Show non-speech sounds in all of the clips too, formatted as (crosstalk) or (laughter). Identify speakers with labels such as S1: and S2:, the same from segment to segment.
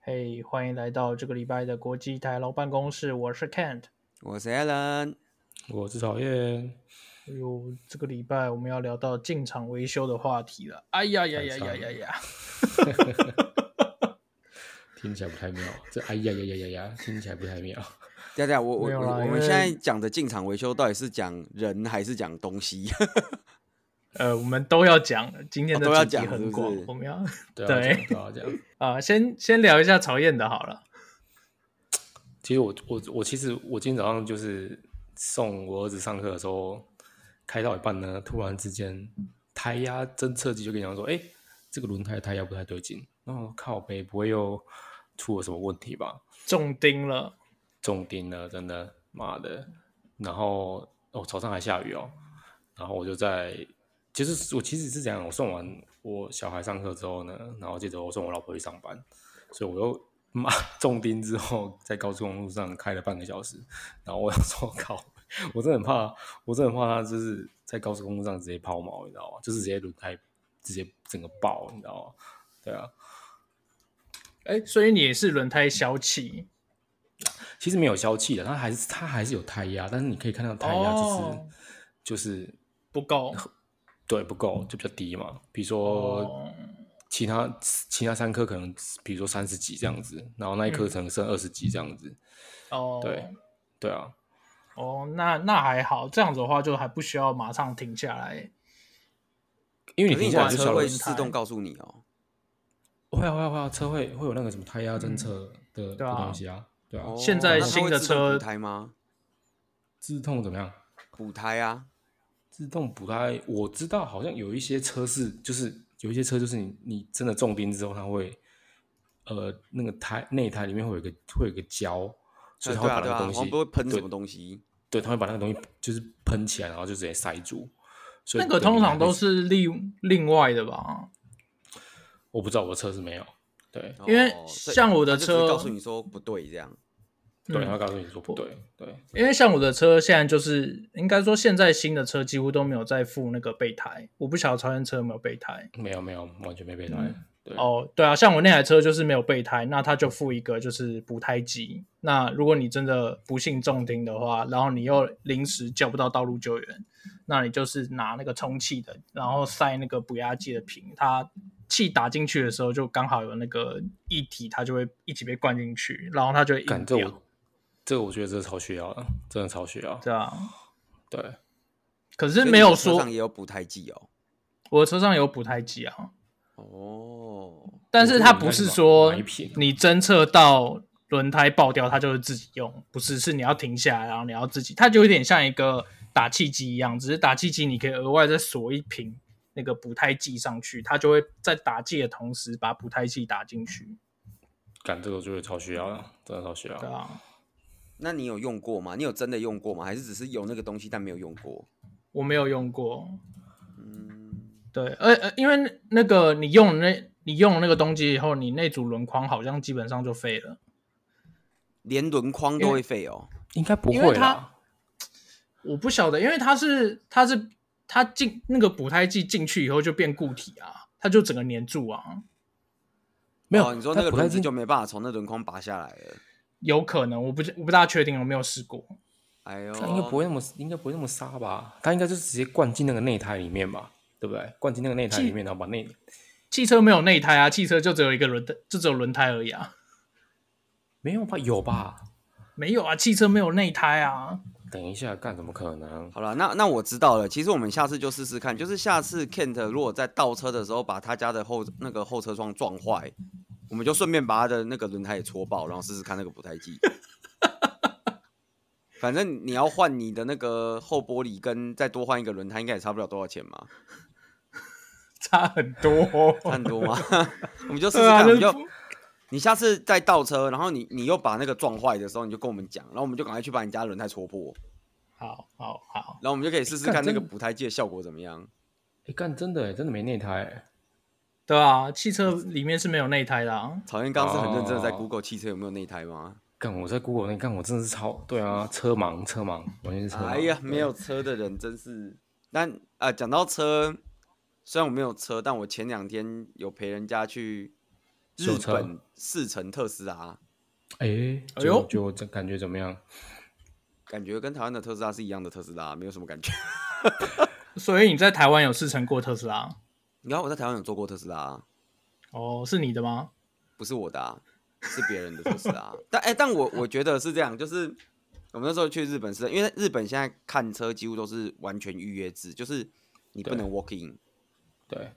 S1: 嘿，欢迎来到这个礼拜的国际台楼办公室，我是 Kent。
S2: 我是 Alan，
S3: 我是讨厌，
S1: 哎呦，这个礼拜我们要聊到进场维修的话题了。哎呀呀呀呀
S3: 太惨
S1: 呀
S3: 了
S1: 呀！
S3: 听起来不太妙。这哎呀呀呀呀呀，听起来不太妙。
S2: 大家，我我
S1: 没有啦
S2: 我我
S1: 因
S2: 们
S1: 为
S2: 现在讲的进场维修到底是讲人还是讲东西？
S1: (laughs) 呃，我们都要讲，今天的
S2: 哦都要
S1: 主题
S2: 讲
S1: 很广，
S2: 是不是
S1: 我们要
S3: 对啊，
S1: 对
S3: 这样对啊，这样。
S1: 啊、先先聊一下曹燕的好了。
S3: 其实我我我其实我今天早上就是送我儿子上课的时候，开到一半呢，突然之间胎压侦测机就跟你讲说，哎、这个轮胎胎压不太对劲。然后我靠北不会又出了什么问题吧？
S1: 中钉了，
S3: 中钉了，真的，妈的！然后哦，早上还下雨哦，然后我就在，其实我其实是这样，我送完我小孩上课之后呢，然后接着我送我老婆去上班，所以我又妈中钉之后，在高速公路上开了半个小时，然后我想说靠，我真的很怕，我真的很怕他就是在高速公路上直接抛锚，你知道吗？就是直接轮胎直接整个爆，你知道吗？对啊，
S1: 哎，所以你也是轮胎消气
S3: 其实没有消气的，它还是它还是有胎压，但是你可以看到胎压就是、
S1: 哦
S3: 就是
S1: 不够，
S3: 对不够，就比较低嘛。比如
S1: 哦
S3: 说其他、其他三科可能比如说三十几这样子，然后那一科可能剩二十几这样子。
S1: 哦，
S3: 对，对啊，
S1: 哦，那那还好，这样子的话就还不需要马上停下来。
S2: (laughs)
S3: 因为
S2: 可
S3: 你
S2: 是
S3: 停
S2: 你
S3: 下
S2: 玩
S3: 来就
S2: 车
S3: 消
S2: 会
S3: 了，
S2: 自动告诉你哦。
S3: 会啊会啊会啊，车会会有那个什么胎压侦测的、
S1: 嗯对啊
S3: 的东西啊，对啊，
S2: 哦
S1: 现在
S2: 那它会
S1: 新的
S2: 自动
S1: 车
S2: 补胎吗？
S3: 自动怎么样？
S2: 补胎
S3: (laughs)
S2: 啊，
S3: 自动补胎，我知道好像有一些车是，就是有一些车就是你你真的中钉之后，它会，呃，那个胎内胎里面会有一个会有一个胶，所以它会
S2: 对
S3: 把
S2: 啊对
S3: 那个
S2: 啊，好
S3: 东西，
S2: 像不会喷什么
S3: 对
S2: 东西。
S3: 对，它会把那个东西就是喷起来，然后就直接塞住。所以
S1: 那个
S3: 等于
S1: 通常
S3: 还
S1: 都是另另外的吧？
S3: 我不知道我的车是没有，对
S2: 哦
S1: 因为
S2: 所以
S1: 像我的
S2: 它就只是
S1: 车
S2: 告诉你说不对这样。
S3: 对，
S1: 嗯
S3: 他会告诉你说不对，对，
S1: 因为像我的车现在就是，应该说现在新的车几乎都没有再附那个备胎，我不晓得超人车有没有备胎。
S3: 没有没有，完全没备胎，
S1: 嗯
S3: 对，
S1: 哦，对啊，像我那台车就是没有备胎，那它就附一个就是补胎机。那如果你真的不幸中钉的话，然后你又临时叫不到道路救援，那你就是拿那个充气的，然后塞那个补压剂的瓶，它气打进去的时候就刚好有那个液体，它就会一起被灌进去，然后它就会
S3: 感
S1: 硬
S3: 这
S1: 掉，
S3: 我这个我觉得这超需要的，真的超需要，
S1: 对啊。
S3: 对，
S1: 可
S2: 所
S1: 是
S2: 以你
S1: 没有
S2: 的车
S1: 说
S2: 上也有补胎剂哦。
S1: 我的车上有补胎机啊，
S2: 哦，
S1: 但是它不是说
S3: 我觉得应该是买买一瓶啊
S1: 你侦测到轮胎爆掉，它就是自己用，不是是你要停下来，然后你要自己，它就有点像一个打气机一样，只是打气机你可以额外再锁一瓶那个补胎剂上去，它就会在打气的同时把补胎剂打进去，
S3: 感这个我觉得超需要的，真的超需要
S1: 对。啊。
S2: 那你有用过吗？你有真的用过吗？还是只是有那个东西但没有用过？
S1: 我没有用过，
S2: 嗯，
S1: 对，呃呃，因为那个你用的那，你用了那个东西以后，你那组轮框好像基本上就废了。
S2: 连轮框都会废哦。
S3: 应该不
S1: 因为
S3: 会
S1: 它
S3: 啦。
S1: 我不晓得，因为它是它是它进那个补胎剂进去以后就变固体啊，它就整个粘住啊，
S3: 没有、
S2: 哦你说那个
S3: 它不太
S2: 轮子
S3: 是
S2: 就没办法从那轮框拔下来了。
S1: 有可能我不我不大确定，我没有试过。
S2: 哎呦，
S3: 它应该不会那么，应该不会那么沙吧？它应该就是直接灌进那个内胎里面吧，对不对？灌进那个内胎里面，然后把内
S1: 汽车没有内胎啊，汽车就只有一个轮胎，就只有轮胎而已啊，
S3: 没有吧？有吧？
S1: 没有啊，汽车没有内胎啊。
S3: 等一下，干怎么可能？
S2: 好了，那那我知道了。其实我们下次就试试看，就是下次 Kent 如果在倒车的时候把他家的后那个后车窗撞坏，我们就顺便把他的那个轮胎也戳爆，然后试试看那个补胎剂。反正你要换你的那个后玻璃，跟再多换一个轮胎，应该也差不了多少钱嘛，
S1: 差很多、 (laughs)
S2: 差很多吗？ (laughs) 我们就试试
S1: 对啊，
S2: 看，我们
S1: 就
S2: 就你下次再倒车，然后你你又把那个撞坏的时候，你就跟我们讲，然后我们就赶快去把你家轮胎戳破，
S1: 好好好，
S2: 然后我们就可以试试
S3: 干
S2: 看那
S3: 真
S2: 个
S3: 的
S2: 补胎剂的效果怎么样。
S3: 哎，干真的耶，真的没内胎耶。
S1: 对啊，汽车里面是没有内胎的啊。
S2: 曹燕刚刚是很认真的在
S3: 哦
S2: Google 汽车有没有内胎吗？
S3: 干我在 Google 那干，我真的是超对啊，车盲车盲，完全是车盲。啊
S2: 哎呀，没有车的人真是。但啊，讲、到车，虽然我没有车，但我前两天有陪人家去日
S3: 修车
S2: 本四乘特斯拉，
S3: 哎，
S1: 哎
S3: 就
S1: 呦
S3: 就这感觉怎么样？
S2: 感觉跟台湾的特斯拉是一样的特斯拉，没有什么感觉。 (laughs)
S1: 所以你在台湾有试乘过特斯拉？
S2: 你看我在台湾有坐过特斯拉啊，
S1: 哦，是你的吗？
S2: 不是我的、啊，是别人的特斯拉。 (laughs) 但哎、但我我觉得是这样，就是我们那时候去日本是，因为日本现在看车几乎都是完全预约制，就是你不
S3: 对
S2: 能 walk in。
S3: 对，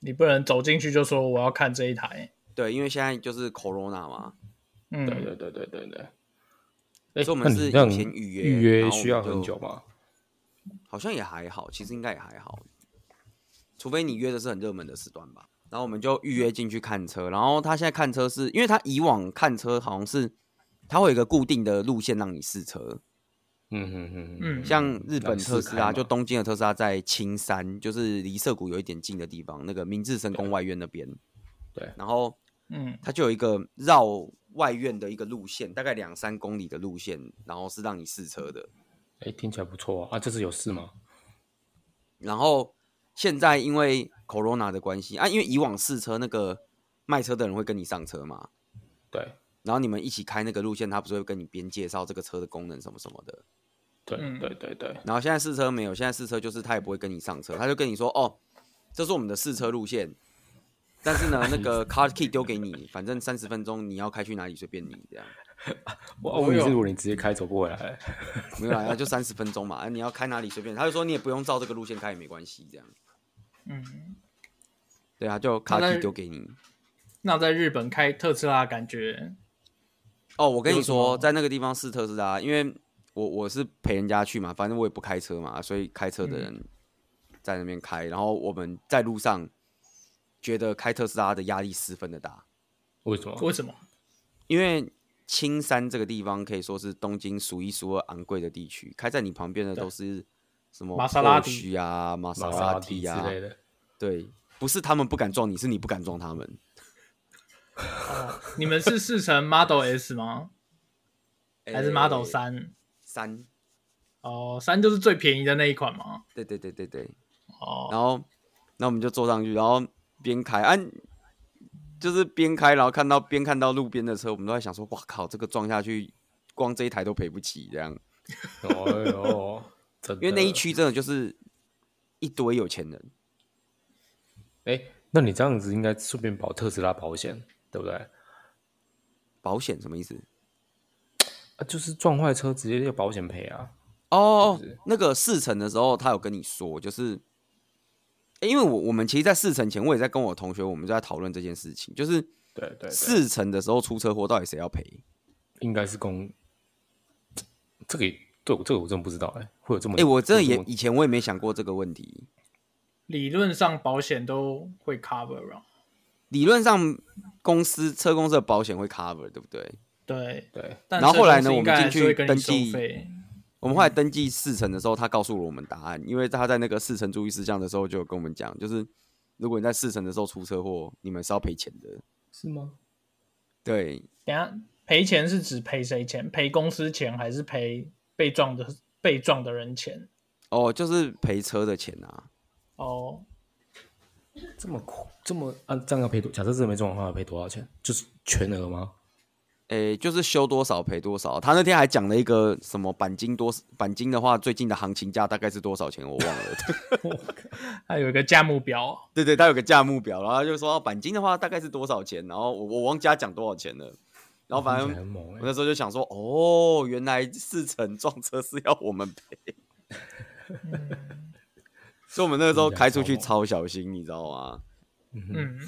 S1: 你不能走进去就说我要看这一台。
S2: 对，因为现在就是 corona 嘛，
S1: 嗯，
S3: 对对对对对对。哎
S2: 所以我
S3: 那
S2: 们
S3: 你
S2: 是
S3: 这样
S2: 以前预约
S3: 预
S2: 然
S3: 约
S2: 后我
S3: 需要
S2: 们就
S3: 很久吗？
S2: 好像也还好，其实应该也还好，除非你约的是很热门的时段吧。然后我们就预约进去看车，然后他现在看车是因为他以往看车好像是他会有一个固定的路线让你试车，
S3: 嗯嗯嗯
S1: 嗯
S2: 像日本特斯拉，就
S3: 东
S2: 东京的特斯拉在青山，就是离涩谷有一点近的地方，那个明治神宫外苑那边。
S3: 对
S2: 然后
S1: 嗯，
S2: 它就有一个绕外苑的一个路线，大概两三公里的路线，然后是让你试车的。
S3: 哎听起来不错啊，啊这是有事吗？
S2: 然后现在因为 corona 的关系啊，因为以往试车那个卖车的人会跟你上车嘛，
S3: 对
S2: 然后你们一起开那个路线，他不是会跟你边介绍这个车的功能什么什么的。
S3: 对
S1: 嗯
S3: 对对对，
S2: 然后现在试车没有，现在试车就是他也不会跟你上车，他就跟你说哦，这是我们的试车路线，但是呢，那个 car key 丢给你，反正三十分钟你要开去哪里随便你这样，
S3: 我我以为是如果你直接开走过来，
S2: 没有啦，就三十分钟嘛，啊你要开哪里随便，他就说你也不用照这个路线开也没关系这样，
S1: 嗯，
S2: 对啊，就 car
S1: 那
S2: key 丢给你。
S1: 那在日本开特斯拉的感觉，
S2: 哦，我跟你
S1: 有什
S2: 说，
S1: 么
S2: 在那个地方试特斯拉，因为我我是陪人家去嘛，反正我也不开车嘛，所以开车的人在那边开，然后我们在路上觉得开特斯拉的压力十分的大，
S3: 为什么？
S1: 为什么？
S2: 因为青山这个地方可以说是东京数一数二昂贵的地区，开在你旁边的都是什么
S1: 玛莎拉蒂
S2: Porsche 啊、玛莎
S3: 玛
S2: 拉
S3: 莎
S2: 蒂
S3: 之
S2: 啊，
S3: 类的， (laughs)
S2: 对，不是他们不敢撞你，是你不敢撞他们。
S1: 哦，你们是试乘 Model S
S2: (laughs)
S1: 吗？还
S2: 哎
S1: 是 Model
S2: 三
S1: 三？
S2: 三？
S1: 哦，三就是最便宜的那一款嘛。
S2: 对对对对对。
S1: 哦，
S2: 然后，那我们就坐上去，然后边开，啊，就是边开，然后看到边看到路边的车，我们都在想说，哇靠，这个撞下去，光这一台都赔不起这样。
S3: 哦哟，真的
S2: 因为那一区真的就是一堆有钱人，
S3: 哎，那你这样子应该顺便保特斯拉保险，对不对？啊，
S2: 保险什么意思？
S3: 啊就是撞坏车直接要保险赔啊。
S2: 哦
S3: 是不是，
S2: 那个试乘的时候，他有跟你说，就是，诶因为我我们其实，在试乘前，我也在跟我同学，我们就在讨论这件事情，就是
S3: 对对对，
S2: 试乘的时候出车祸到底谁要赔？
S3: 应该是公，这个也对我这个我真的不知道哎、会有这么
S2: 哎、我真的
S3: 会
S2: 也
S3: 有这么
S2: 以前我也没想过这个问题，
S1: 理论上保险都会 cover 啊。
S2: 理论上公司车公司的保险会 cover，对不对？
S1: 对，
S3: 对
S1: 但
S2: 然后后来
S1: 车公
S2: 呢
S1: 司应该
S2: 我们进去
S1: 还是会跟你
S2: 登
S1: 收
S2: 记
S1: 费。
S2: 我们后来登记试乘的时候，他告诉了我们答案，因为他在那个试乘注意事项的时候就有跟我们讲，就是如果你在试乘的时候出车祸，你们是要赔钱的。
S3: 是吗？
S2: 对，
S1: 等一下赔钱是指赔谁钱？赔公司钱还是赔被撞的被撞的人钱？
S2: 哦，就是赔车的钱啊。
S1: 哦，
S3: 这么苦这么啊，这样要赔多？假设真的没中的话，要赔多少钱？就是全额吗？
S2: 诶，就是修多少赔多少。他那天还讲了一个什么钣金多钣金的话，最近的行情价大概是多少钱，我忘了。
S1: 还有一个价目表哦。
S2: 对对，他有个价目表，然后他就说、啊、钣金的话大概是多少钱，然后我我忘记他讲多少钱了。然后反
S3: 听起来
S2: 正
S3: 很猛
S2: 我
S3: 哎、
S2: 那时候就想说，哦，原来四成撞车是要我们赔，
S3: 嗯
S2: 所以我们那个时候开出去超小心，你知道吗？
S1: 嗯，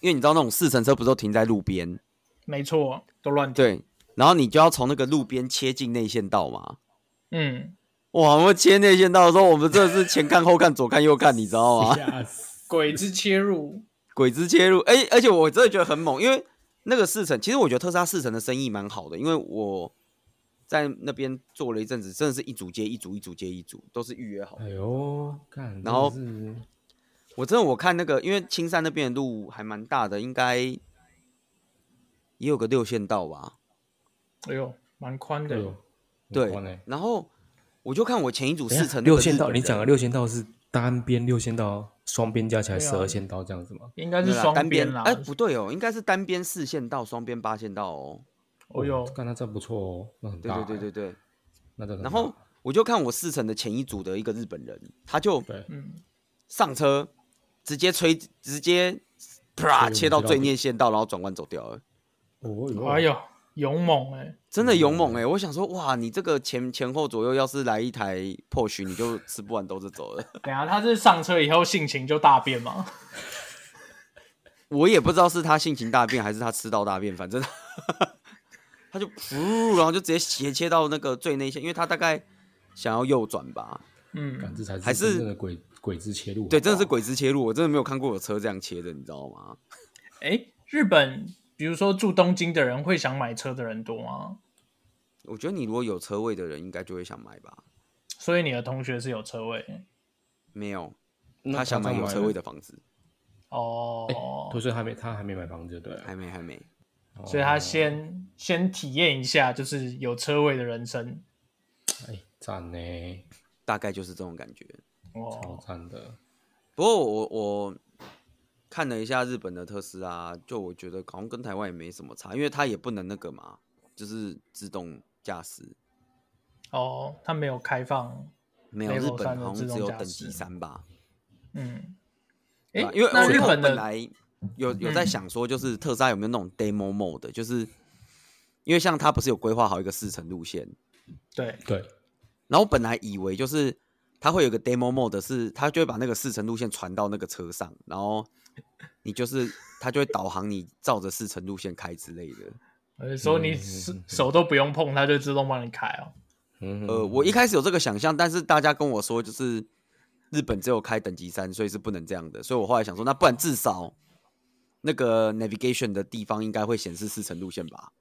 S2: 因为你知道那种四乘车不是都停在路边，
S1: 没错，都乱掉。
S2: 对，然后你就要从那个路边切进内线道嘛。
S1: 嗯，
S2: 哇，我们切内线道的时候，我们真的是前看后看，左看右看，你知道吗？
S3: 吓死！
S1: 鬼子切入，
S2: 鬼子切入，哎、而且我真的觉得很猛，因为那个四成，其实我觉得特斯拉四成的生意蛮好的，因为我在那边做了一阵子，真的是一组接一组，一组接一组，都是预约好的
S3: 哎呦，干！
S2: 然后
S3: 真的是
S2: 我真的我看那个，因为青山那边的路还蛮大的，应该也有个六线道吧？
S1: 哎呦，蛮宽
S3: 哎
S1: 的。
S3: 呦，
S2: 对
S3: 很宽哎。
S2: 然后我就看我前一组四成
S3: 六线道，你讲
S2: 了
S3: 的六线道是单边六线道哦，双边加起来
S1: 对啊
S3: 十二线道这样子吗？
S1: 应该
S2: 没
S1: 是
S2: 有啦
S1: 双
S2: 单边
S1: 啦。
S2: 哎，不对哦，应该是单边四线道，双边八线道哦。
S1: 哦哟，
S3: 看他这不错哦，那很
S2: 对
S3: 大、
S2: 对对对，
S1: 啊
S2: 对。
S3: 那这
S2: 然后我就看我四成的前一组的一个日本人，他就
S3: 对
S1: 嗯，
S2: 上车，直接吹，直接啪
S3: 吹
S2: 切到
S3: 我知道
S2: 最内线道，然后转弯走掉了。
S3: 哦哟，
S1: 哎呦，勇猛哎、
S2: 真的勇猛哎、我想说，哇，你这个前前后左右要是来一台 Porsche，你就吃不完兜着走了。
S1: 等一啊下他是上车以后性情就大变吗？
S2: 我也不知道是他性情大变还是他吃到大便，反正他 (laughs) 他就噗，然后就直接斜切到那个最内线，因为他大概想要右转吧。
S1: 嗯，
S3: 感这才是
S2: 还是
S3: 真正的鬼鬼子切入，啊
S2: 对，真的是
S1: 哦
S3: 好不好。
S2: 鬼子切入，我真的没有看过有车这样切的，你知道吗？
S1: 哎、日本比如说住东京的人会想买车的人多吗？
S2: 我觉得你如果有车位的人，应该就会想买吧。
S1: 所以你的同学是有车位
S2: 没有，
S3: 那
S2: 他想买有车位
S3: 的，
S2: 的房子，
S1: 哦、
S3: 对，所以还没他还没买房子，对了，
S2: 还没还没。
S3: 哦
S1: 所以他先先体验一下就是有车位的人生
S3: 哎赞呢，
S2: 大概就是这种感觉。
S3: 超
S1: 哦，
S3: 赞的，
S2: 不过我我看了一下日本的特斯拉，就我觉得好像跟台湾也没什么差，因为它也不能那个嘛，就是自动驾驶。
S1: 哦，他没有开放，
S2: 没有，
S1: Level
S2: 日
S1: 3
S2: 本
S1: 的
S2: 好
S1: 自
S2: 像
S1: 动
S2: 只有
S1: 驾
S2: 等
S1: 驶
S2: 级三吧。
S1: 嗯，哎、
S2: 对啊吧因为
S1: 那
S2: 我
S1: 日
S2: 我
S1: 本
S2: 本
S1: 的
S2: 来有有在
S1: 嗯
S2: 想说，就是特斯拉有没有那种 demo mode，就是因为像它不是有规划好一个四层路线，
S1: 对，
S3: 对，
S2: 然后我本来以为就是它会有一个 demo mode，是它就会把那个四层路线传到那个车上，然后你就是它就会导航你照着四层路线开之类的。
S1: 呃，说你
S3: 嗯
S1: 手
S3: 嗯嗯
S1: 手都不用碰，它就自动帮你开哦。
S3: 嗯，
S2: 呃，我一开始有这个想象，但是大家跟我说就是日本只有开等级三，所以是不能这样的。所以我后来想说，那不然至少那个 navigation 的地方应该会显示四层路线吧？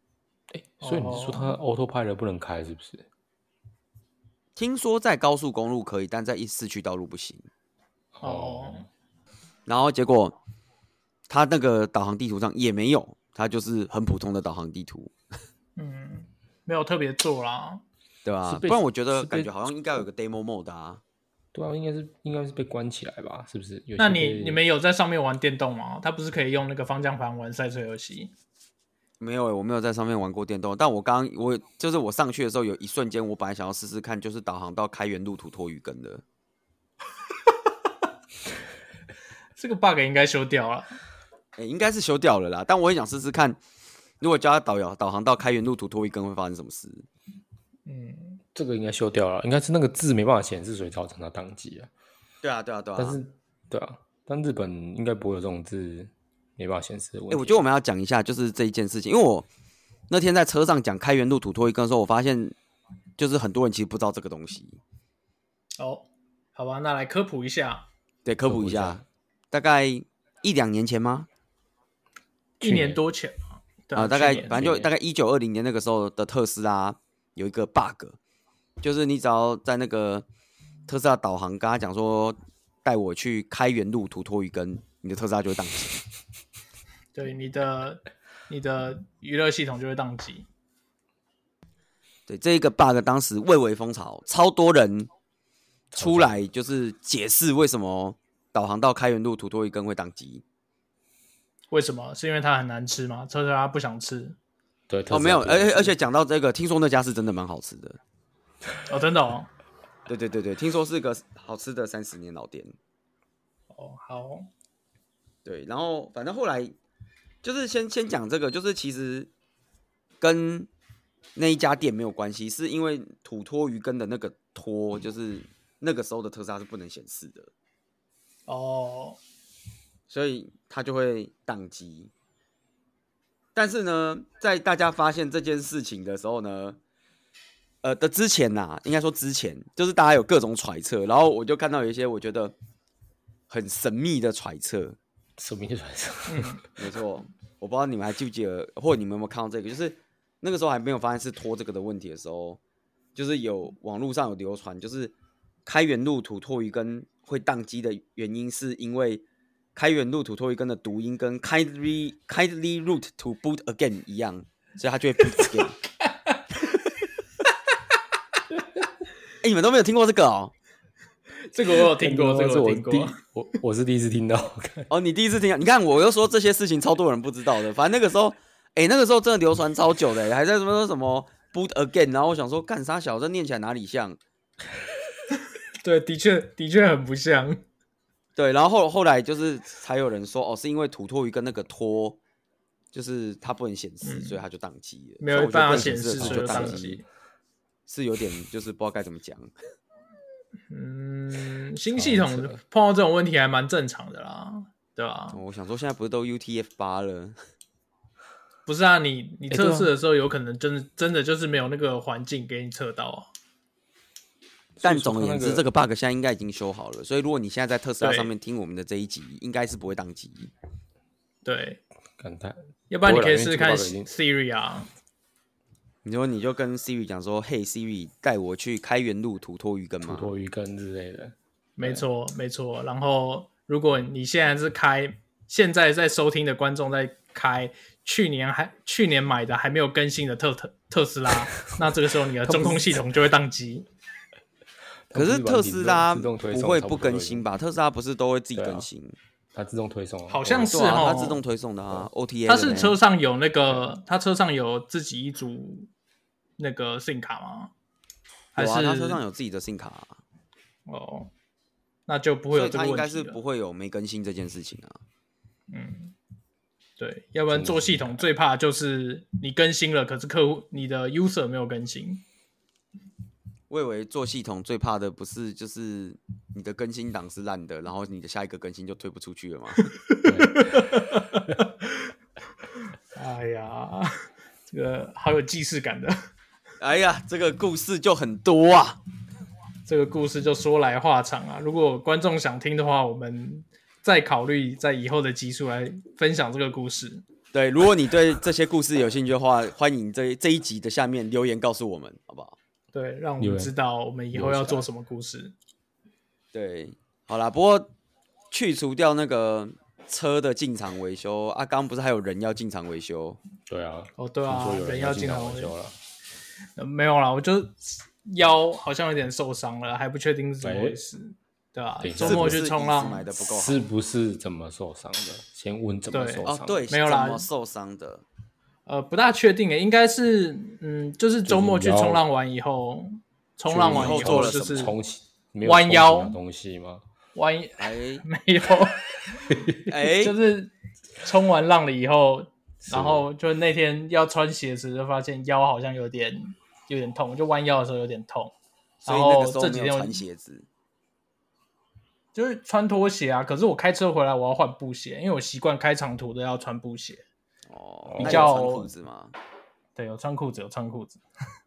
S3: 所以你是说他
S1: 哦
S3: autopilot 不能开是不是？
S2: 听说在高速公路可以，但在一市区道路不行。
S1: 哦，
S2: 然后结果它那个导航地图上也没有，它就是很普通的导航地图，
S1: 嗯，没有特别做啦。
S2: 对吧、
S3: 是
S2: 不
S3: 被
S2: 然我觉得
S3: 是被
S2: 感觉好像应该有个 demo mode 啊。
S3: 对啊，应该是应该是被关起来吧？是不是？有些
S1: 那你
S3: 被
S1: 你们有在上面玩电动吗？它不是可以用那个方向盘玩赛车游戏？
S2: 没有诶、我没有在上面玩过电动，但我刚我就是我上去的时候，有一瞬间我本来想要试试看，就是导航到开源路途拖鱼羹的。
S1: 这个 bug 应该修掉了。
S2: 欸，应该是修掉了啦，但我很想试试看，如果叫他导游导航到开源路途拖一根会发生什么事？
S1: 嗯，
S3: 这个应该修掉了，应该是那个字没办法显示，所以造成它宕机啊。
S2: 对啊，对啊，对啊。
S3: 但是，对啊，但日本应该不会有这种字没办法显示的问
S2: 哎、
S3: 题。
S2: 我觉得我们要讲一下就是这一件事情，因为我那天在车上讲开源路途拖一根的时候，我发现就是很多人其实不知道这个东西，
S1: 哦，好吧，那来科普一下。
S2: 对，科
S3: 科
S2: 普
S3: 普
S2: 一
S3: 一下
S2: 下，大概一两年前吗？
S1: 一
S3: 去
S1: 年
S3: 年
S1: 多前嘛，对
S2: 啊，大概
S1: 去年
S2: 反正就
S3: 去年
S2: 大概一九二零年那个时候的特斯拉有一个 bug，就是你只要在那个特斯拉导航跟他讲说带我去开源路途拖一根，你的特斯拉就会宕机。
S3: (laughs)
S1: 对你的你的娱乐系统就会宕机。
S2: 对，这一个 bug 当时蔚为风潮，超多人出来就是解释为什么导航到开源路途多一根会宕机。
S1: 为什么？是因为它很难吃吗？车车他不想吃。
S3: 对特
S2: 哦，
S3: 斯
S2: 没
S3: 拉
S2: 有，
S3: 不
S2: 而
S3: 能
S2: 且
S3: 吃
S2: 而且讲到这个，听说那家是真的蛮好吃的。
S1: 哦，真的哦。
S2: 对对对对，听说是个好吃的三十年老店。
S1: 哦，好，
S2: 对，然后反正后来就是先先讲这个，就是其实跟那一家店没有关系，是因为土托鱼羹的那个托，就是那个时候的特斯拉是不能显示的，
S1: 哦，
S2: 所以它就会宕机。但是呢，在大家发现这件事情的时候呢，呃的之前呐、应该说之前，就是大家有各种揣测，然后我就看到有一些我觉得很神秘的揣测，
S3: 什么意思？
S1: 嗯
S3: (laughs)
S2: 没错，我不知道你们还记不记得，或者你们有没有看到这个，就是那个时候还没有发现是拖这个的问题的时候，就是有网络上有流传，就是开源路土托鱼根会宕机的原因，是因为开源路土托鱼根的读音跟 kindly kindly root to boot again 一样，所以它就会 boot again。哎、你们都没有听过这个哦？
S1: 这个我有听
S3: (laughs)
S1: 过，这
S3: 是
S1: 个
S3: 我
S1: 听
S3: 第
S1: 过。
S3: 我我是第一次听到， (laughs) 看
S2: 哦，你第一次听啊？你看，我又说这些事情超多人不知道的。反正那个时候，哎、那个时候真的流传超久的、还在什么说什么 boot again，然后我想说，干啥小，这念起来哪里像？
S1: 对，的确的确很不像。
S2: 对，然后后后来就是才有人说，哦，是因为土托鱼跟那个托，就是它不能显示，所以它就宕机了，
S1: 嗯没
S2: 所以
S1: 有
S2: 我觉得
S1: 办
S2: 不
S1: 法
S2: 能
S1: 显示，
S2: 的时候
S1: 所以就
S2: 就
S1: 宕
S2: 宕
S1: 机
S2: 机。，是有点就是不知道该怎么讲。
S1: 嗯，新系统碰到这种问题还蛮正常的啦，对吧、
S2: 哦我想说，现在不是都 UTF 八了？
S1: 不是啊，你你
S3: 诶
S1: 测
S3: 对啊
S1: 试的时候有可能真的真的就是没有那个环境给你测到啊。
S2: 但总而言之，
S3: 那个
S2: 这个 bug 现在应该已经修好了，所以如果你现在在特斯拉
S1: 对
S2: 上面听我们的这一集，应该是不会宕机。
S1: 对，
S3: 感叹
S1: 要不然你可以
S3: 不会啦因为
S1: 试试看
S3: 这个 bug 已经
S1: Siri 啊，
S2: 你说你就跟 Siri 讲说：“嘿 Siri，带我去开元路土托鱼羹
S3: 土
S2: 吗
S3: 托鱼羹之类的，
S1: 没错没错。然后如果你现在是开，现在在收听的观众在开去年还去年买的还没有更新的特特特斯拉，那这个时候你的中控系统就会宕机。？”
S2: 可是
S3: 它不
S2: 特
S3: 软体
S2: 斯
S3: 自动
S2: 拉
S3: 自动推
S2: 不
S3: 送
S2: 会
S3: 差
S2: 不
S3: 多
S2: 更
S3: 已经
S2: 新吧？特斯拉不是都会自己
S3: 对啊
S2: 更新？
S3: 它自动推送啊，
S1: 好像是
S2: 对啊，
S1: 哦
S2: 它自动推送的啊，OTA
S1: 它
S2: 的
S1: 是
S2: 呢
S1: 车上有那个，它车上有自己一组那个 SIM 卡吗？还
S2: 有
S1: 是、
S2: 啊，它车上有自己的 SIM 卡啊，
S1: 哦，那就不会
S2: 所
S1: 有
S2: 以
S1: 这个
S2: 它
S1: 问题了。
S2: 应该
S3: 啊
S2: 是不会有没更新这件事情啊。
S1: 对，要不然做系统最怕就是你更新了，可是客户你的 user 没有更新。 (laughs)
S2: 我以为做系统最怕的不是就是你的更新档是烂的，然后你的下一个更新就推不出
S3: (laughs)
S2: 去了吗？
S1: 哎呀，这个好有既视感的，
S2: 哎呀，这个故事就很多啊。
S1: 这个故事就说来话长啊。如果观众想听的话，我们再考虑在以后的集数来分享这个故事。
S2: 对，如果你对这些故事有兴趣的话，欢迎这这一集的下面留言告诉我们，好不好？
S1: 对，让我
S3: 有
S1: 们
S3: 人
S1: 知道我们以后
S3: 留
S1: 要
S3: 下
S1: 做什么故事。
S2: 对，好啦，不过去除掉那个车的进场维修啊，刚刚不是还有人要进场维修？
S3: 对啊，
S1: 哦，对啊
S3: 听说，有
S1: 人
S3: 要
S1: 进
S3: 进
S1: 来
S3: 场维修了，
S1: 呃没有啦，我就腰好像有点受伤了，还不确定是怎么回事，对吧、
S3: 等一下
S1: 周
S2: 是
S1: 末
S2: 不
S1: 去
S2: 是
S1: 冲
S2: 椅子买
S1: 浪，
S2: 的不够好
S3: 是不是怎么受伤的？先问怎么
S1: 对
S3: 受伤
S2: 哦
S3: 的？，
S2: 对，
S1: 没有啦
S2: 怎么受伤的？
S1: 呃，不大确定诶，应该是嗯，就是周末去冲浪完以后，冲浪完
S2: 以后
S1: 后
S2: 做了
S1: 就
S2: 什
S1: 是
S2: 么
S3: 重启没有
S1: 弯
S3: 重启
S1: 腰
S3: 的东西吗？
S1: 万一 (laughs)
S2: 哎
S1: 没有，(laughs)
S2: 哎，
S1: 就是冲完浪了以后，然后就那天要穿鞋子，就发现腰好像有点有点痛，就弯腰的时候有点痛，
S2: 所
S1: 然
S2: 以那
S1: 后
S2: 个时候
S1: 哦这几
S2: 没
S1: 天
S2: 有
S1: 我
S2: 穿鞋子。
S1: 就是穿拖鞋啊，可是我开车回来我要换布鞋，因为我习惯开长途都要穿布鞋。
S2: 哦，
S3: 比
S2: 那有
S1: 较
S2: 穿裤子吗？
S1: 对，有穿裤子，有穿裤子。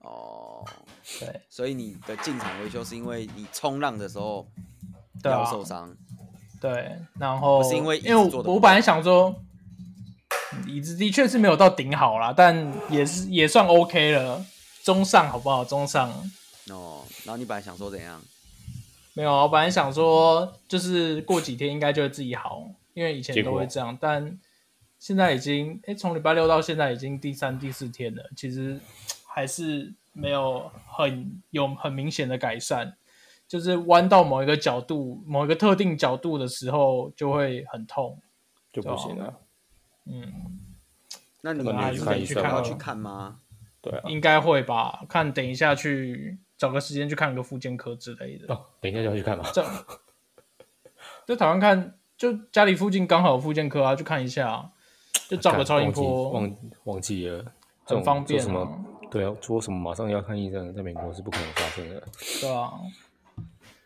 S2: 哦，
S1: 对，
S2: 所以你的进场维修是因为你冲浪的时候
S1: 对啊
S2: 腰受伤，
S1: 对，然后
S2: 不是因为椅子
S1: 因为
S2: 做得
S1: 我
S2: 不
S1: 我本来想说，嗯椅子的确是没有到顶好啦，但也是也算 OK 了，中上好不好？中上
S2: 哦，然后你本来想说怎样？
S1: 没有啊，我本来想说就是过几天应该就会自己好，因为以前
S3: 结
S1: 都
S3: 果
S1: 会这样，但现在已经哎从礼拜六到现在已经第三第四天了，其实还是没有很有很明显的改善。就是弯到某一个角度、某一个特定角度的时候，就会很痛。嗯
S3: 就不行了。
S2: 那你
S3: 可能
S2: 还
S3: 你
S2: 是
S3: 去
S2: 得
S3: 看医
S2: 去
S3: 生
S2: 看
S3: 吧
S2: 要去看吗？
S3: 对啊，
S1: 应该会吧？看等一下去找个时间去看个复健科之类的。
S3: 哦，等一下就要
S1: (laughs)
S3: 去看吧。
S1: 这样在台湾看，就家里附近刚好有复健科啊，去看一下啊，就找个超音波，
S3: 忘记忘忘记了，这
S1: 很
S3: 种
S1: 方便
S3: 做什
S1: 啊
S3: 么，？对啊，做什么马上要看医生，在美国是不可能发生
S1: (laughs)
S3: 的。
S1: 对啊，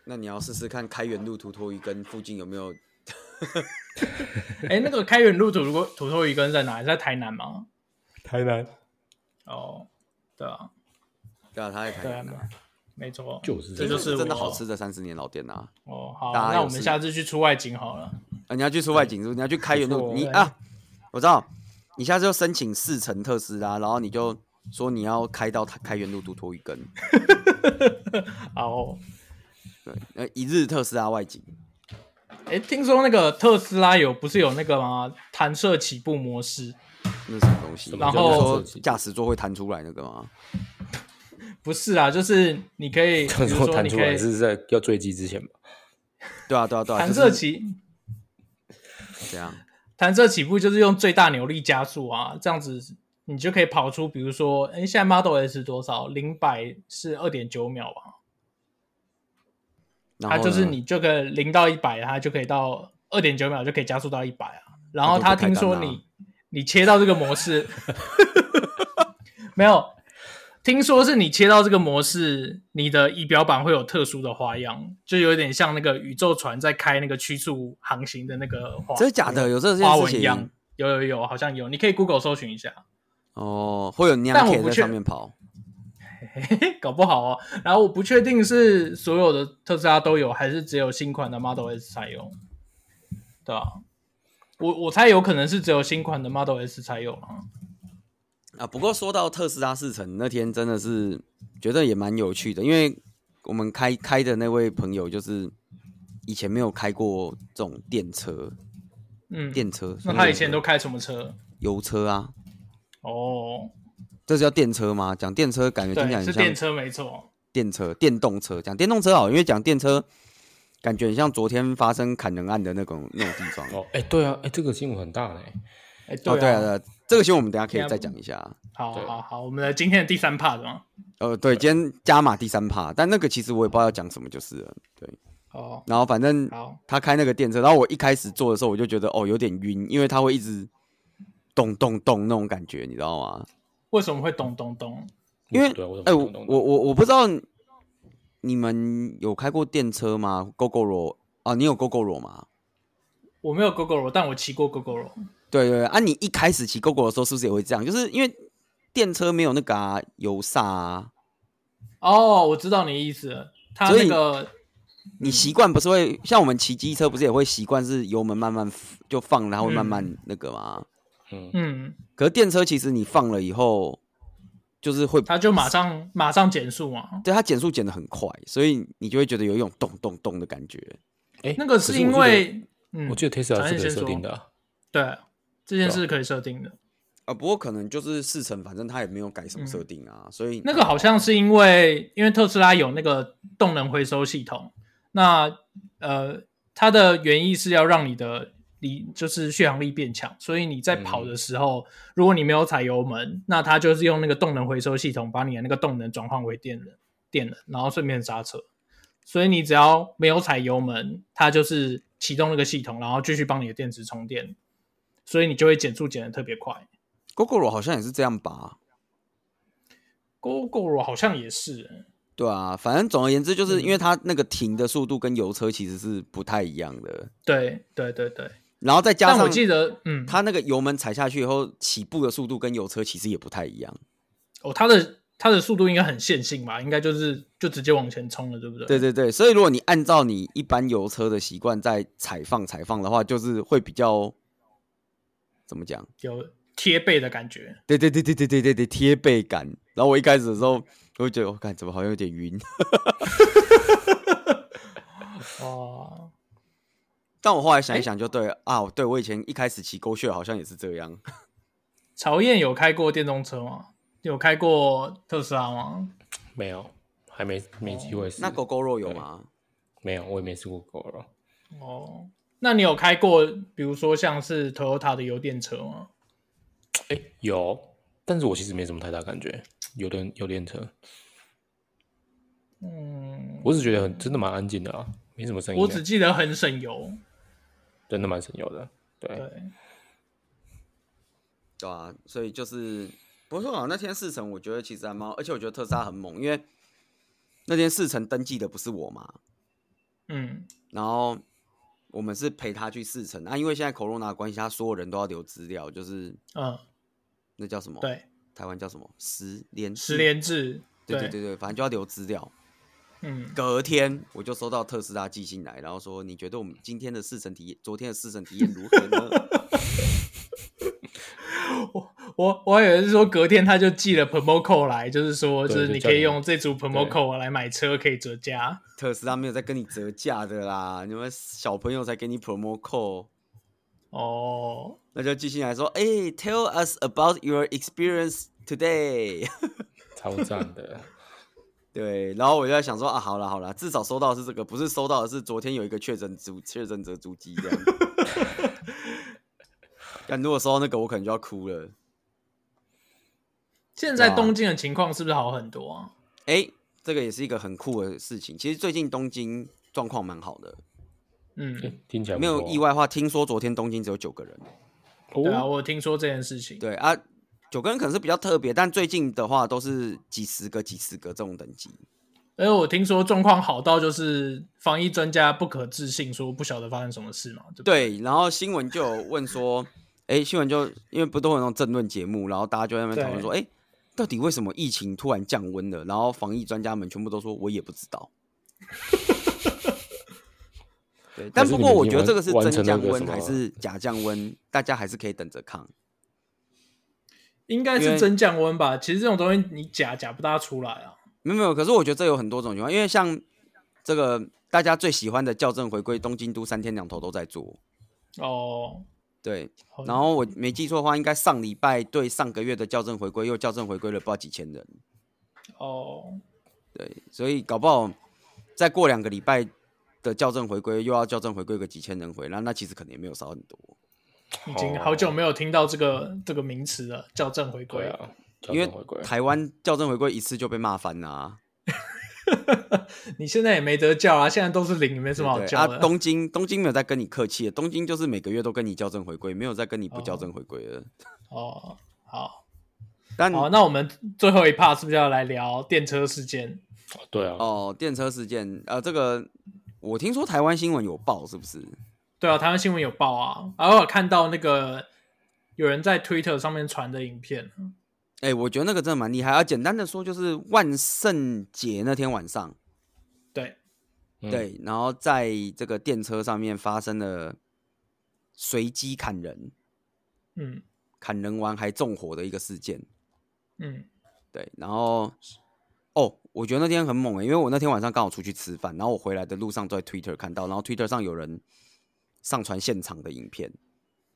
S2: 那你要试试看开源路途托鱼跟附近有没有？
S1: 哎，那个开源路土，如果土托鱼羹在哪？在台南吗？
S3: 台南
S1: 哦，对啊，
S2: 对啊，他在台
S1: 对啊
S2: 南啊，，
S1: 没错，
S3: 就是
S1: 这
S3: 这
S1: 就
S3: 个
S1: 是
S2: 真的
S1: 我
S2: 好吃的三十年老店啊！
S1: 哦。好，
S2: 大家
S1: 那
S2: 有
S1: 我们
S2: 事
S1: 下次去出外景好了。
S2: 啊，你要去出外景是不是？你要去开源
S1: 没错哎
S2: 路，你
S1: 对
S2: 啊，我知道，你下次就申请四层特斯拉，然后你就说你要开到开源路途托鱼羹，
S1: 好，哦
S2: 对，呃，一日特斯拉外景，
S1: 哎，听说那个特斯拉有不是有那个吗？弹射起步模式。
S2: 那是什么东西？
S3: 什么
S1: 然
S2: 就是
S1: 后
S2: 说驾驶座会弹出来那个吗？
S1: 不是啊，就是你可以，比
S3: (laughs) 这
S1: 如
S3: 时候
S1: 说
S3: 弹
S1: 你
S3: 出
S1: 可
S3: 来
S1: 以，
S3: 是在要坠机之前吧？
S2: 对啊，对啊，对啊，
S1: 弹
S2: 就是
S1: 射起
S2: 这样，
S1: 弹射起步就是用最大扭力加速啊，这样子你就可以跑出，比如说，哎，现在 Model S 多少？零百是二点九秒吧？
S2: 然
S1: 它
S2: 后
S1: 啊就是
S2: 呢
S1: 你就可以零到一百，啊它就可以到二点九秒就可以加速到一百啊。然后
S2: 那
S1: 他
S2: 就不
S1: 听
S2: 太
S1: 说
S2: 干了啊
S1: 你你切到这个模式， (laughs) 没有，听说是你切到这个模式，你的仪表板会有特殊的花样，就有点像那个宇宙船在开那个曲速航行的那个花，
S2: 真的假的？有这
S1: 花
S2: 件事
S1: 纹一样
S2: 情。
S1: 有有有，好像有，你可以 Google 搜寻一下。
S2: 哦，会有
S1: 但
S2: 娘
S1: 我
S2: 铁
S1: 不
S2: 在
S1: 确
S2: 上面跑，
S1: 嘿嘿，搞不好哦。然后我不确定是所有的特斯拉都有，还是只有新款的 Model S 才有，对啊，我我猜有可能是只有新款的 Model S 才有啊。
S2: 啊，不过说到特斯拉四城那天真的是觉得也蛮有趣的，因为我们开开的那位朋友就是以前没有开过这种电车，
S1: 嗯，
S2: 电车。
S1: 那
S2: 算
S1: 他以
S2: 电
S1: 前
S2: 车
S1: 都开什么车？
S2: 油车啊，
S1: 哦，
S2: 这是叫电车吗？讲电车感觉听起来
S1: 对，
S2: 很
S1: 是
S2: 像
S1: 电车没错。
S2: 电车、电动车。讲电动车好，因为讲电车感觉很像昨天发生砍人案的那种那种地方。
S3: 哦，哎、对啊，哎、这个新闻很大嘞、
S1: 哎，
S2: 哦，对啊，
S1: 啊，
S2: 对啊，这个新闻我们等一下可
S1: 对啊
S2: 以再讲一下。
S1: 好
S3: 对
S1: 好好，我们的今天的第三 part 嘛。
S2: 呃，对，今天加码第三趴，但那个其实我也不知道要讲什么就是了。
S1: 哦，
S2: 然后反正
S1: 好，
S2: 他开那个电车，然后我一开始坐的时候我就觉得哦有点晕，因为它会一直咚咚咚那种感觉，你知道吗？
S1: 为什么会咚咚咚？
S2: 因为
S3: 对啊，我
S2: 哎、
S3: 怎么
S2: 我
S3: 懂懂
S2: 我我我不知道你们有开过电车吗？GoGoRo 啊，你有 GoGoRo 吗？
S1: 我没有 GoGo 但我骑过 GoGo
S2: 对对对啊，你一开始骑 GoGo 的时候是不是也会这样？就是因为电车没有那个、啊、油刹啊，
S1: 哦，我知道你意思了，他
S2: 所以
S1: 那个
S2: 你习惯不是会像我们骑机车不是也会习惯是油门慢慢就放，然后会慢慢那个吗？
S3: 嗯，
S1: 嗯，
S2: 可是电车其实你放了以后，就是会
S1: 他就马上马上减速嘛。
S2: 对它减速减的很快，所以你就会觉得有一种咚咚咚的感觉。
S3: 哎、
S1: 那个
S3: 可是
S1: 因
S3: 我记得
S1: 为，嗯，
S3: 我记得 Tesla
S1: 咱
S3: 是
S1: 先
S3: 可以设
S1: 说
S3: 定的、啊，
S1: 对这件
S3: 对啊
S1: 事是可以设定的。
S2: 啊，不过可能就是四成，反正它也没有改什么设定啊，所以
S1: 嗯那个好像是因为因为特斯拉有那个动能回收系统，那呃，它的原意是要让你的你就是续航力变强，所以你在跑的时候，如果你没有踩油门，那它就是用那个动能回收系统把你的那个动能转换为电能，电能，然后顺便刹车。所以你只要没有踩油门，它就是启动那个系统，然后继续帮你的电池充电，所以你就会减速减的特别快。
S2: GoGoRo 好像也是这样吧？
S1: GoGo 好像也是、欸
S2: 对啊，反正总而言之，就是
S1: 嗯
S2: 因为它那个停的速度跟油车其实是不太一样的，
S1: 对对对对，
S2: 然后再加
S1: 但我
S2: 上
S1: 记得，嗯，
S2: 它那个油门踩下去以后，起步的速度跟油车其实也不太一样。
S1: 哦，它的它的速度应该很线性吧，应该就是就直接往前冲了，对不对？
S2: 对对对，所以如果你按照你一般油车的习惯在踩放踩放的话，就是会比较怎么讲？
S1: 有贴背的感觉。
S2: 对对对对对对对对，贴背感。然后我一开始的时候，我会觉得我哦看怎么好像有点晕， (laughs)
S1: 哦，
S2: 但我后来想一想就对了、啊，对我以前一开始骑狗血好像也是这样。
S1: 曹燕有开过电动车吗？有开过特斯拉吗？
S3: 没有，还没没机会试。
S2: 那狗狗肉有吗？
S3: 没有，我也没试过狗肉。
S1: 哦，那你有开过，比如说像是 Toyota 的油电车吗？
S3: 哎、有，但是我其实没什么太大感觉。有的有练车，
S1: 嗯，
S3: 我只觉得很真的蛮安静的啊，没什么声音啊、
S1: 我只记得很省油。
S3: 真的蛮省油的。对，
S1: 对，
S2: 对啊，所以就是不过好像那天四成我觉得其实还蛮好，而且我觉得特斯拉很猛，因为那天四成登记的不是我嘛，
S1: 嗯，
S2: 然后我们是陪他去试乘啊，因为现在 corona 的关系，他所有人都要留资料，就是
S1: 嗯，
S2: 那叫什么？，
S1: 对，
S2: 台湾叫什么？十连制
S1: 十，连制，
S2: 对对对对，反正就要留资料。
S1: 嗯，
S2: 隔天我就收到特斯拉寄信来，然后说你觉得我们今天的试乘体验，昨天的试乘体验如何呢？ (laughs)
S1: 我我还以为是说隔天他就寄了 promo code 来，就是说就
S3: 对
S1: 是你
S3: 就叫
S1: 可以
S3: 你
S1: 用这组 promo
S3: 对
S1: code 来买车可以折价。
S2: 特斯拉没有在跟你折价的啦，你们小朋友才给你 promo code。
S1: 哦，
S2: 那就寄信来说，哎、t e l
S1: (laughs)
S2: l us about your experience today 。
S3: 超赞的。
S2: (laughs) 对，然后我就在想说啊，好了好了，至少收到的是这个，不是收到的是昨天有一个确诊足确诊者足迹这样 (laughs) 子。但如果收到那个，我可能就要哭了。
S1: 现在
S2: 对啊
S1: 东京的情况是不是好很多啊？
S2: 哎，这个也是一个很酷的事情。其实最近东京状况蛮好的，
S1: 嗯，
S3: 听起来不
S2: 没有
S3: 错啊
S2: 意外的话，听说昨天东京只有九个人。
S1: 对啊，
S3: 哦，
S1: 我有听说这件事情。
S2: 对啊，九个人可能是比较特别，但最近的话都是几十个、几十个这种等级。
S1: 而且我听说状况好到就是防疫专家不可置信，说不晓得发生什么事嘛，对不对？
S2: 对，然后新闻就有问说，哎、新闻就因为不都有那种政论节目，然后大家就在那边讨论说，哎、到底为什么疫情突然降温了？然后防疫专家们全部都说，我也不知道。对，但不过我觉得这个是真降温还是假降温，大家还是可以等着看。
S1: 应该
S2: 因
S1: 是
S2: 为
S1: 真降温吧。其实这种东西你假假不大出来啊。
S2: 没有没有，可是我觉得这有很多种情况，因为像这个大家最喜欢的校正回归，东京都三天两头都在做。
S1: 哦，
S2: 对，
S1: 好
S2: 然后我没记错的话，应该上礼拜对上个月的校正回归又校正回归了不知道几千人，
S1: 哦，
S2: 对，所以搞不好再过两个礼拜的校正回归又要校正回归个几千人回来，那那其实可能也没有少很多，
S1: 已经好久没有听到这个这个名词了，校正回归
S3: 对。啊，
S2: 因为
S3: 校正回归
S2: 台湾校正回归一次就被骂翻啊啦、
S1: 你现在也没得叫啊，现在都是零，也没什么好
S2: 对
S1: 叫
S2: 啊，
S1: 的。
S2: 东京东京没有在跟你客气的，东京就是每个月都跟你校正回归，没有在跟你不校正回归的。
S1: 哦，好，
S2: 但
S1: 好，那我们最后一 part 是不是要来聊电车事件？
S3: 对啊，
S2: 哦，电车事件，呃，这个我听说台湾新闻有报，是不是？
S1: 对啊，台湾新闻有报啊，然后我有看到那个有人在 Twitter 上面传的影片，
S2: 哎、我觉得那个真的蛮厉害。啊，简单的说，就是万圣节那天晚上，
S1: 对，
S3: 嗯，
S2: 对，然后在这个电车上面发生了随机砍人、
S1: 嗯
S2: 砍人完还纵火的一个事件。
S1: 嗯，
S2: 对，然后哦，我觉得那天很猛、欸，因为我那天晚上刚好出去吃饭，然后我回来的路上都在 Twitter 看到，然后 Twitter 上有人上传现场的影片，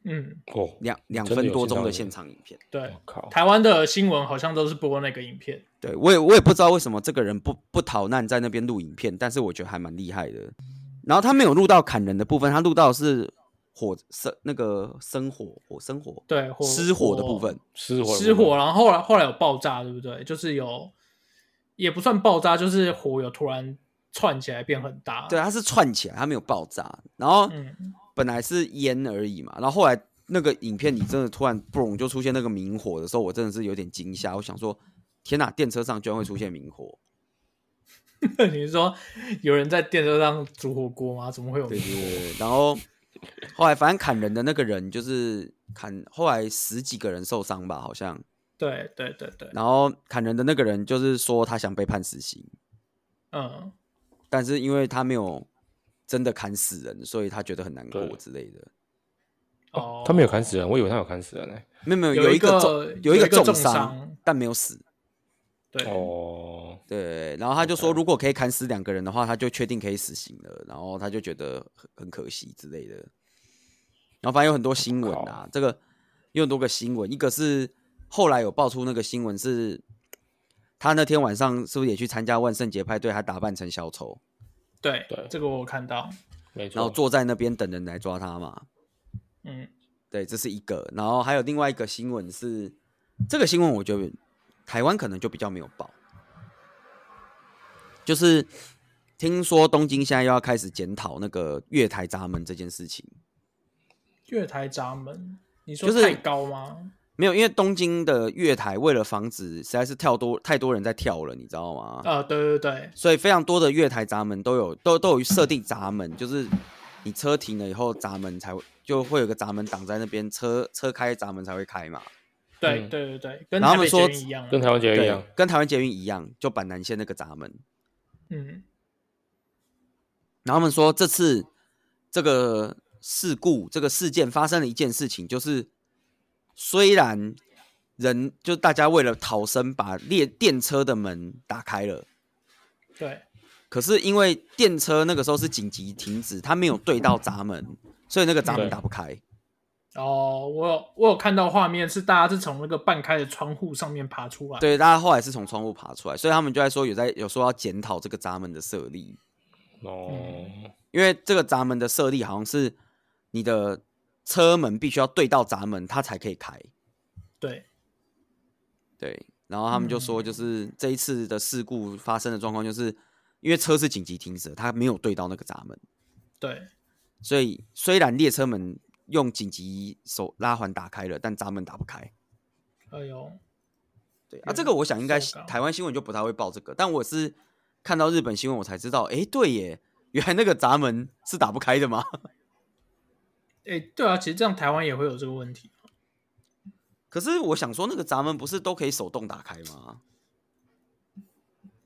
S1: 嗯，
S3: 哦，
S2: 两两
S3: 真的
S2: 分
S3: 有
S2: 多
S3: 现
S2: 钟
S3: 场
S2: 的
S3: 影
S2: 现
S3: 片
S2: 场影片。
S1: 对
S3: 我，靠，
S1: 台湾的新闻好像都是播那个影片，
S2: 对我也我也不知道为什么这个人不不逃难在那边录影片，但是我觉得还蛮厉害的。然后他没有录到砍人的部分，他录到的是火生那个生火火生火
S1: 对，火
S2: 失火的部分，
S3: 失火，
S1: 失火，，然后后来后来有爆炸，对不对？就是有也不算爆炸，就是火有突然窜起来变很大，
S2: 对，，他啊是串起来，他没有爆炸。然后
S1: 啊嗯， (laughs)
S2: 本来是烟而已嘛，然后后来那个影片里真的突然嘣就出现那个明火的时候，我真的是有点惊吓，我想说天哪，电车上居然会出现明火，
S1: 你是说有人在电车上煮火锅吗？怎么会有
S2: 对对对对，然后后来反正砍人的那个人就是砍，后来十几个人受伤吧，好像。
S1: 对对对对，
S2: 然后砍人的那个人就是说他想被判死刑，
S1: 嗯，
S2: 但是因为他没有真的砍死人，所以他觉得很难过
S3: 对
S2: 之类的。
S1: 哦，
S3: 他没有砍死人，我以为他有砍死人呢。
S2: 没有没有，
S1: 有
S2: 有
S1: 一个
S2: 个重有
S1: 有
S2: 一
S1: 一个
S2: 重
S1: 重伤
S2: 但没有死。
S1: 对，
S3: 哦，
S2: 对，然后他就说，如果可以砍死两个人的话，他就确定可以死刑了。然后他就觉得很很可惜之类的。然后反正有很多新闻啊，这个有很多个新闻，一个是后来有爆出那个新闻是，他那天晚上是不是也去参加万圣节派对，还打扮成小丑，
S1: 对
S3: 对
S1: 这个我有看到，
S3: 没错，
S2: 然后坐在那边等人来抓他嘛？
S1: 嗯
S2: 对，这是一个。然后还有另外一个新闻是，这个新闻我觉得台湾可能就比较没有报，就是听说东京现在又要开始检讨那个月台闸门这件事情。
S1: 月台闸门，你说
S2: 就是
S1: 太高吗？
S2: 没有，因为东京的月台为了防止实在是跳多太多人在跳了，你知道吗？
S1: 啊，对对对，
S2: 所以非常多的月台闸门都有都都有设定闸门，就是你车停了以后，闸门才会就会有个闸门挡在那边，车车开闸门才会开嘛。
S1: 对
S3: 嗯
S1: 对对对，跟
S2: 然
S1: 台
S2: 后他们
S1: 北捷
S2: 说
S1: 运一样啊，
S3: 跟台湾捷运一
S2: 对，
S3: 样，
S2: 跟台湾捷运一样，就板南线那个闸门。
S1: 嗯
S2: 然后他们说这次这个事故这个事件发生了一件事情，就是虽然人就大家为了逃生把列电车的门打开了，
S1: 对，
S2: 可是因为电车那个时候是紧急停止，它没有对到闸门，所以那个闸门
S3: 对
S2: 打不开。
S1: 哦，我有我有看到画面是大家是从那个半开的窗户上面爬出来，，
S2: 对，大家后来是从窗户爬出来，所以他们就在说有在有说要检讨这个闸门的设立，
S3: 哦，
S1: 嗯
S2: 因为这个闸门的设立好像是你的车门必须要对到闸门，它才可以开。
S1: 对，
S2: 对，然后他们就说，就是这一次的事故发生的状况，就是因为车是紧急停止，它没有对到那个闸门，
S1: 对，
S2: 所以虽然列车门用紧急手拉环打开了，但闸门打不开。
S1: 哎呦，
S2: 对啊，这个我想应该
S1: 受到
S2: 台湾新闻就不太会报这个，但我是看到日本新闻我才知道，诶，对耶，原来那个闸门是打不开的吗？ (laughs)
S1: 哎，对啊，其实这样台湾也会有这个问题，
S2: 可是我想说，那个闸门不是都可以手动打开吗？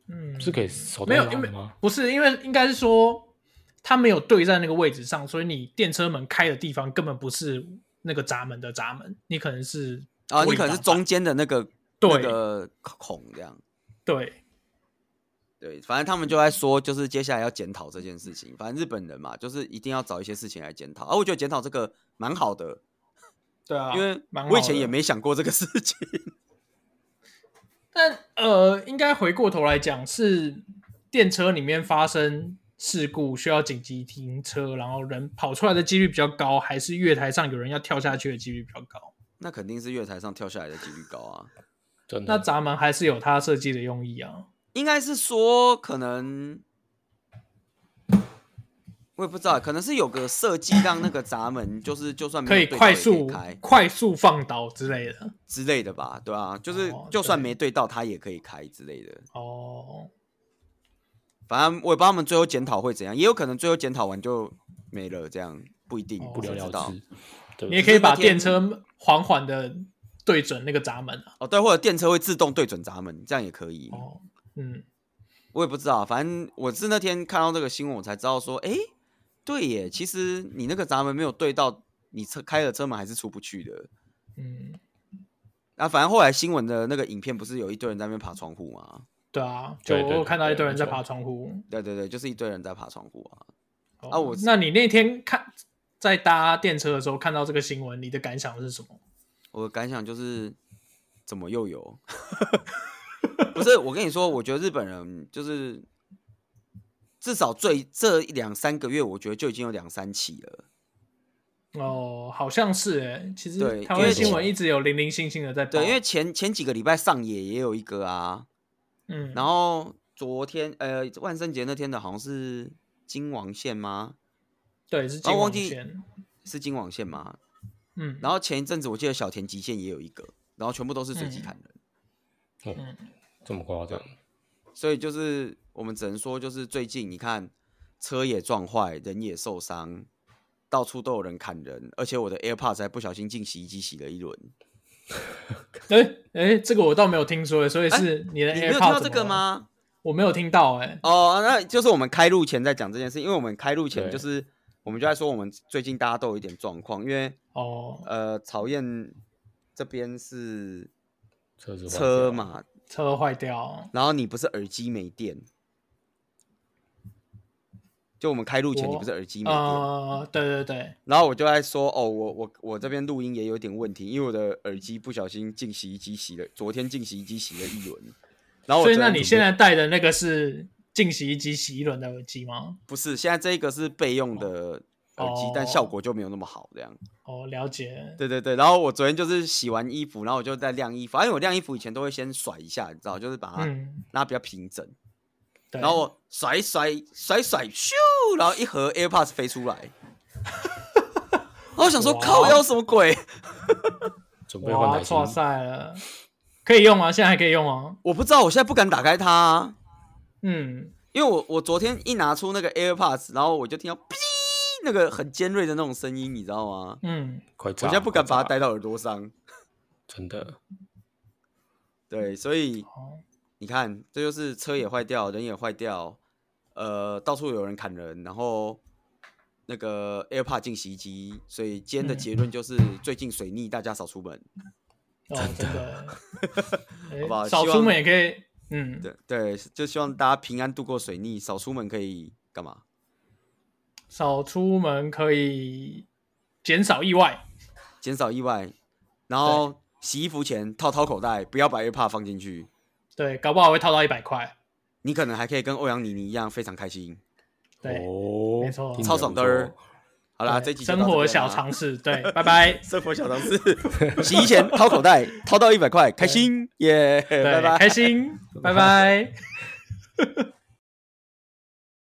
S1: 嗯，
S3: 是可以手动
S1: 没有
S3: 拉
S1: 因为
S3: 的吗？
S1: 不是因为应该是说它没有对在那个位置上，所以你电车门开的地方根本不是那个闸门的闸门，你可能是
S2: 啊，
S1: 玻
S2: 你
S1: 璃
S2: 可能是
S1: 挡
S2: 中间的那个
S1: 对
S2: 那个孔这样。
S1: 板对，
S2: 对，反正他们就在说，就是接下来要检讨这件事情。反正日本人嘛，就是一定要找一些事情来检讨。啊，我觉得检讨这个蛮好的，
S1: 对啊，
S2: 因为
S1: 蛮好
S2: 我以前
S1: 的
S2: 也没想过这个事情。 (laughs)
S1: 但呃，应该回过头来讲，是电车里面发生事故需要紧急停车，然后人跑出来的几率比较高，还是月台上有人要跳下去的几率比较高？
S2: 那肯定是月台上跳下来的几率高啊。
S3: 真
S1: 那
S3: 的，
S1: 闸门还是有它设计的用意啊。
S2: 应该是说，可能我也不知道，可能是有个设计让那个闸门，就是就算没
S1: 可
S2: 有
S1: 以
S2: 嗯对到
S1: 快
S2: 也
S1: 速
S2: 开
S1: 快速放倒之类的
S2: 之类的吧，对啊，就是
S1: 哦
S2: 就算
S1: 对
S2: 没对到，它也可以开之类的。
S1: 哦，
S2: 反正我也不知道他们最后检讨会怎样，也有可能最后检讨完就没了，这样不一定，
S1: 哦
S3: 不了
S2: 谁知
S3: 了
S2: 道
S3: 之。对不
S1: 你也
S3: 对？
S1: 可以把
S2: 那天
S1: 电车缓缓的对准那个闸门啊。
S2: 哦，对，或者电车会自动对准闸门，这样也可以。
S1: 哦，嗯，
S2: 我也不知道，反正我是那天看到这个新闻，我才知道说，诶，对耶，其实你那个闸门没有对到，你车开了车门还是出不去的。
S1: 嗯，
S2: 那、反正后来新闻的那个影片不是有一堆人在那边爬窗户吗？
S1: 对啊，就
S3: 对对
S1: 我有看到一堆
S3: 对
S1: 人在
S3: 没错
S1: 爬窗户。
S2: 对对对，就是一堆人在爬窗户啊。
S1: 哦
S2: 啊我
S1: 那你那天看在搭电车的时候看到这个新闻，你的感想是什么？
S2: 我的感想就是，怎么又有？ (laughs) 不是，我跟你说，我觉得日本人就是至少最这两三个月，我觉得就已经有两三起了。
S1: 哦，好像是哎，其实
S2: 对
S1: 台
S2: 因
S1: 湾
S2: 为
S1: 新闻一直有零零星星的在报，
S2: 对，因为前前几个礼拜上野也有一个啊，
S1: 嗯，
S2: 然后昨天呃万圣节那天的好像是金王县吗？
S1: 对是
S2: 然
S1: 金
S2: 后忘
S1: 王
S2: 记
S1: 线，
S2: 是金王县吗？
S1: 嗯，
S2: 然后前一阵子我记得小田急线也有一个，然后全部都是随机
S1: 嗯
S2: 砍人，
S3: 哦，这么夸张？
S2: 所以就是我们只能说，就是最近你看车也撞坏，人也受伤，到处都有人砍人，而且我的 AirPods 还不小心进洗衣机洗了一轮。
S1: 哎哎，这个我倒没有听说，欸所以是你的
S2: 哎你没有
S1: AirPod
S2: 听到这
S1: 怎
S2: 个
S1: 么了？
S2: 吗？
S1: 我没有听到哎，
S2: 哦，那就是我们开录前在讲这件事，因为我们开录前
S3: 对
S2: 就是我们就在说我们最近大家都有一点状况，因为
S1: 哦，
S2: 呃草燕这边是
S3: 车子坏
S1: 啊
S3: 掉
S2: 车，嘛，
S1: 车坏掉，
S2: 然后你不是耳机没电，就我们开录前
S1: 我
S2: 你不是耳机没电，
S1: 呃，对对对，
S2: 然后我就在说哦，我我我这边录音也有点问题，因为我的耳机不小心进洗衣机洗了，昨天进洗衣机洗了一轮，然后我
S1: 所以
S2: 昨
S1: 那
S2: 天
S1: 你
S2: 准备
S1: 现在戴的那个是进洗衣机洗一轮的耳机吗？
S2: 不是现在这一个是备用的耳机，但效果就没有那么好这样。
S1: 哦，了解，
S2: 对对对，然后我昨天就是洗完衣服，然后我就在晾衣服，因为我晾衣服以前都会先甩一下，你知道，就是把它
S1: 嗯，
S2: 拉比较平整，
S1: 对，
S2: 啊然后我甩一甩甩一甩，咻，然后一盒 AirPods 飞出来， (laughs) 然后我想说
S1: 哇
S2: 靠，要什么鬼？
S3: 准备换
S1: 哇，
S3: 台新
S1: 错，赛了，可以用啊，现在还可以用啊，
S2: 我不知道，我现在不敢打开它啊、
S1: 嗯，
S2: 因为我我昨天一拿出那个 AirPods，然后我就听到哔那个很尖锐的那种声音，你知道吗？
S1: 嗯，
S3: 快
S2: 我
S3: 炸！
S2: 现在不敢
S3: 快炸
S2: 把它戴到耳朵上，
S3: 真的，
S2: 对，所以
S1: 好，哦
S2: 你看，这就是车也坏掉，人也坏掉，呃，到处有人砍人，然后那个 AirPod 进洗衣机，所以今天的
S1: 嗯
S2: 结论就是，最近水逆，大家少出门。
S1: 哦，真的，诶
S2: (laughs) 好不好
S1: 少出
S2: 希望
S1: 门也可以，嗯，
S2: 对对，就希望大家平安度过水逆，少出门可以干嘛？
S1: 少出门可以减少意外，
S2: 减少意外，然后洗衣服前套掏口袋，不要把 AirPod 放进去。
S1: 对，搞不好会套到一百块。
S2: 你可能还可以跟欧阳妮妮一样非常开心，
S1: 对，
S3: 哦，
S1: 没错
S3: 听起来
S2: 超
S3: 不
S2: 爽的
S3: 错
S2: 儿。好啦，
S1: 对
S2: 这集就
S1: 生
S2: 到这
S1: 活
S2: 边啊
S1: 小
S2: 啦，
S1: 常识，对，拜
S2: (laughs)
S1: 拜，
S2: 生活小常识。洗衣前掏口袋，掏到一百块，开心耶！
S1: 对，
S2: 拜拜，
S1: 开心，拜拜。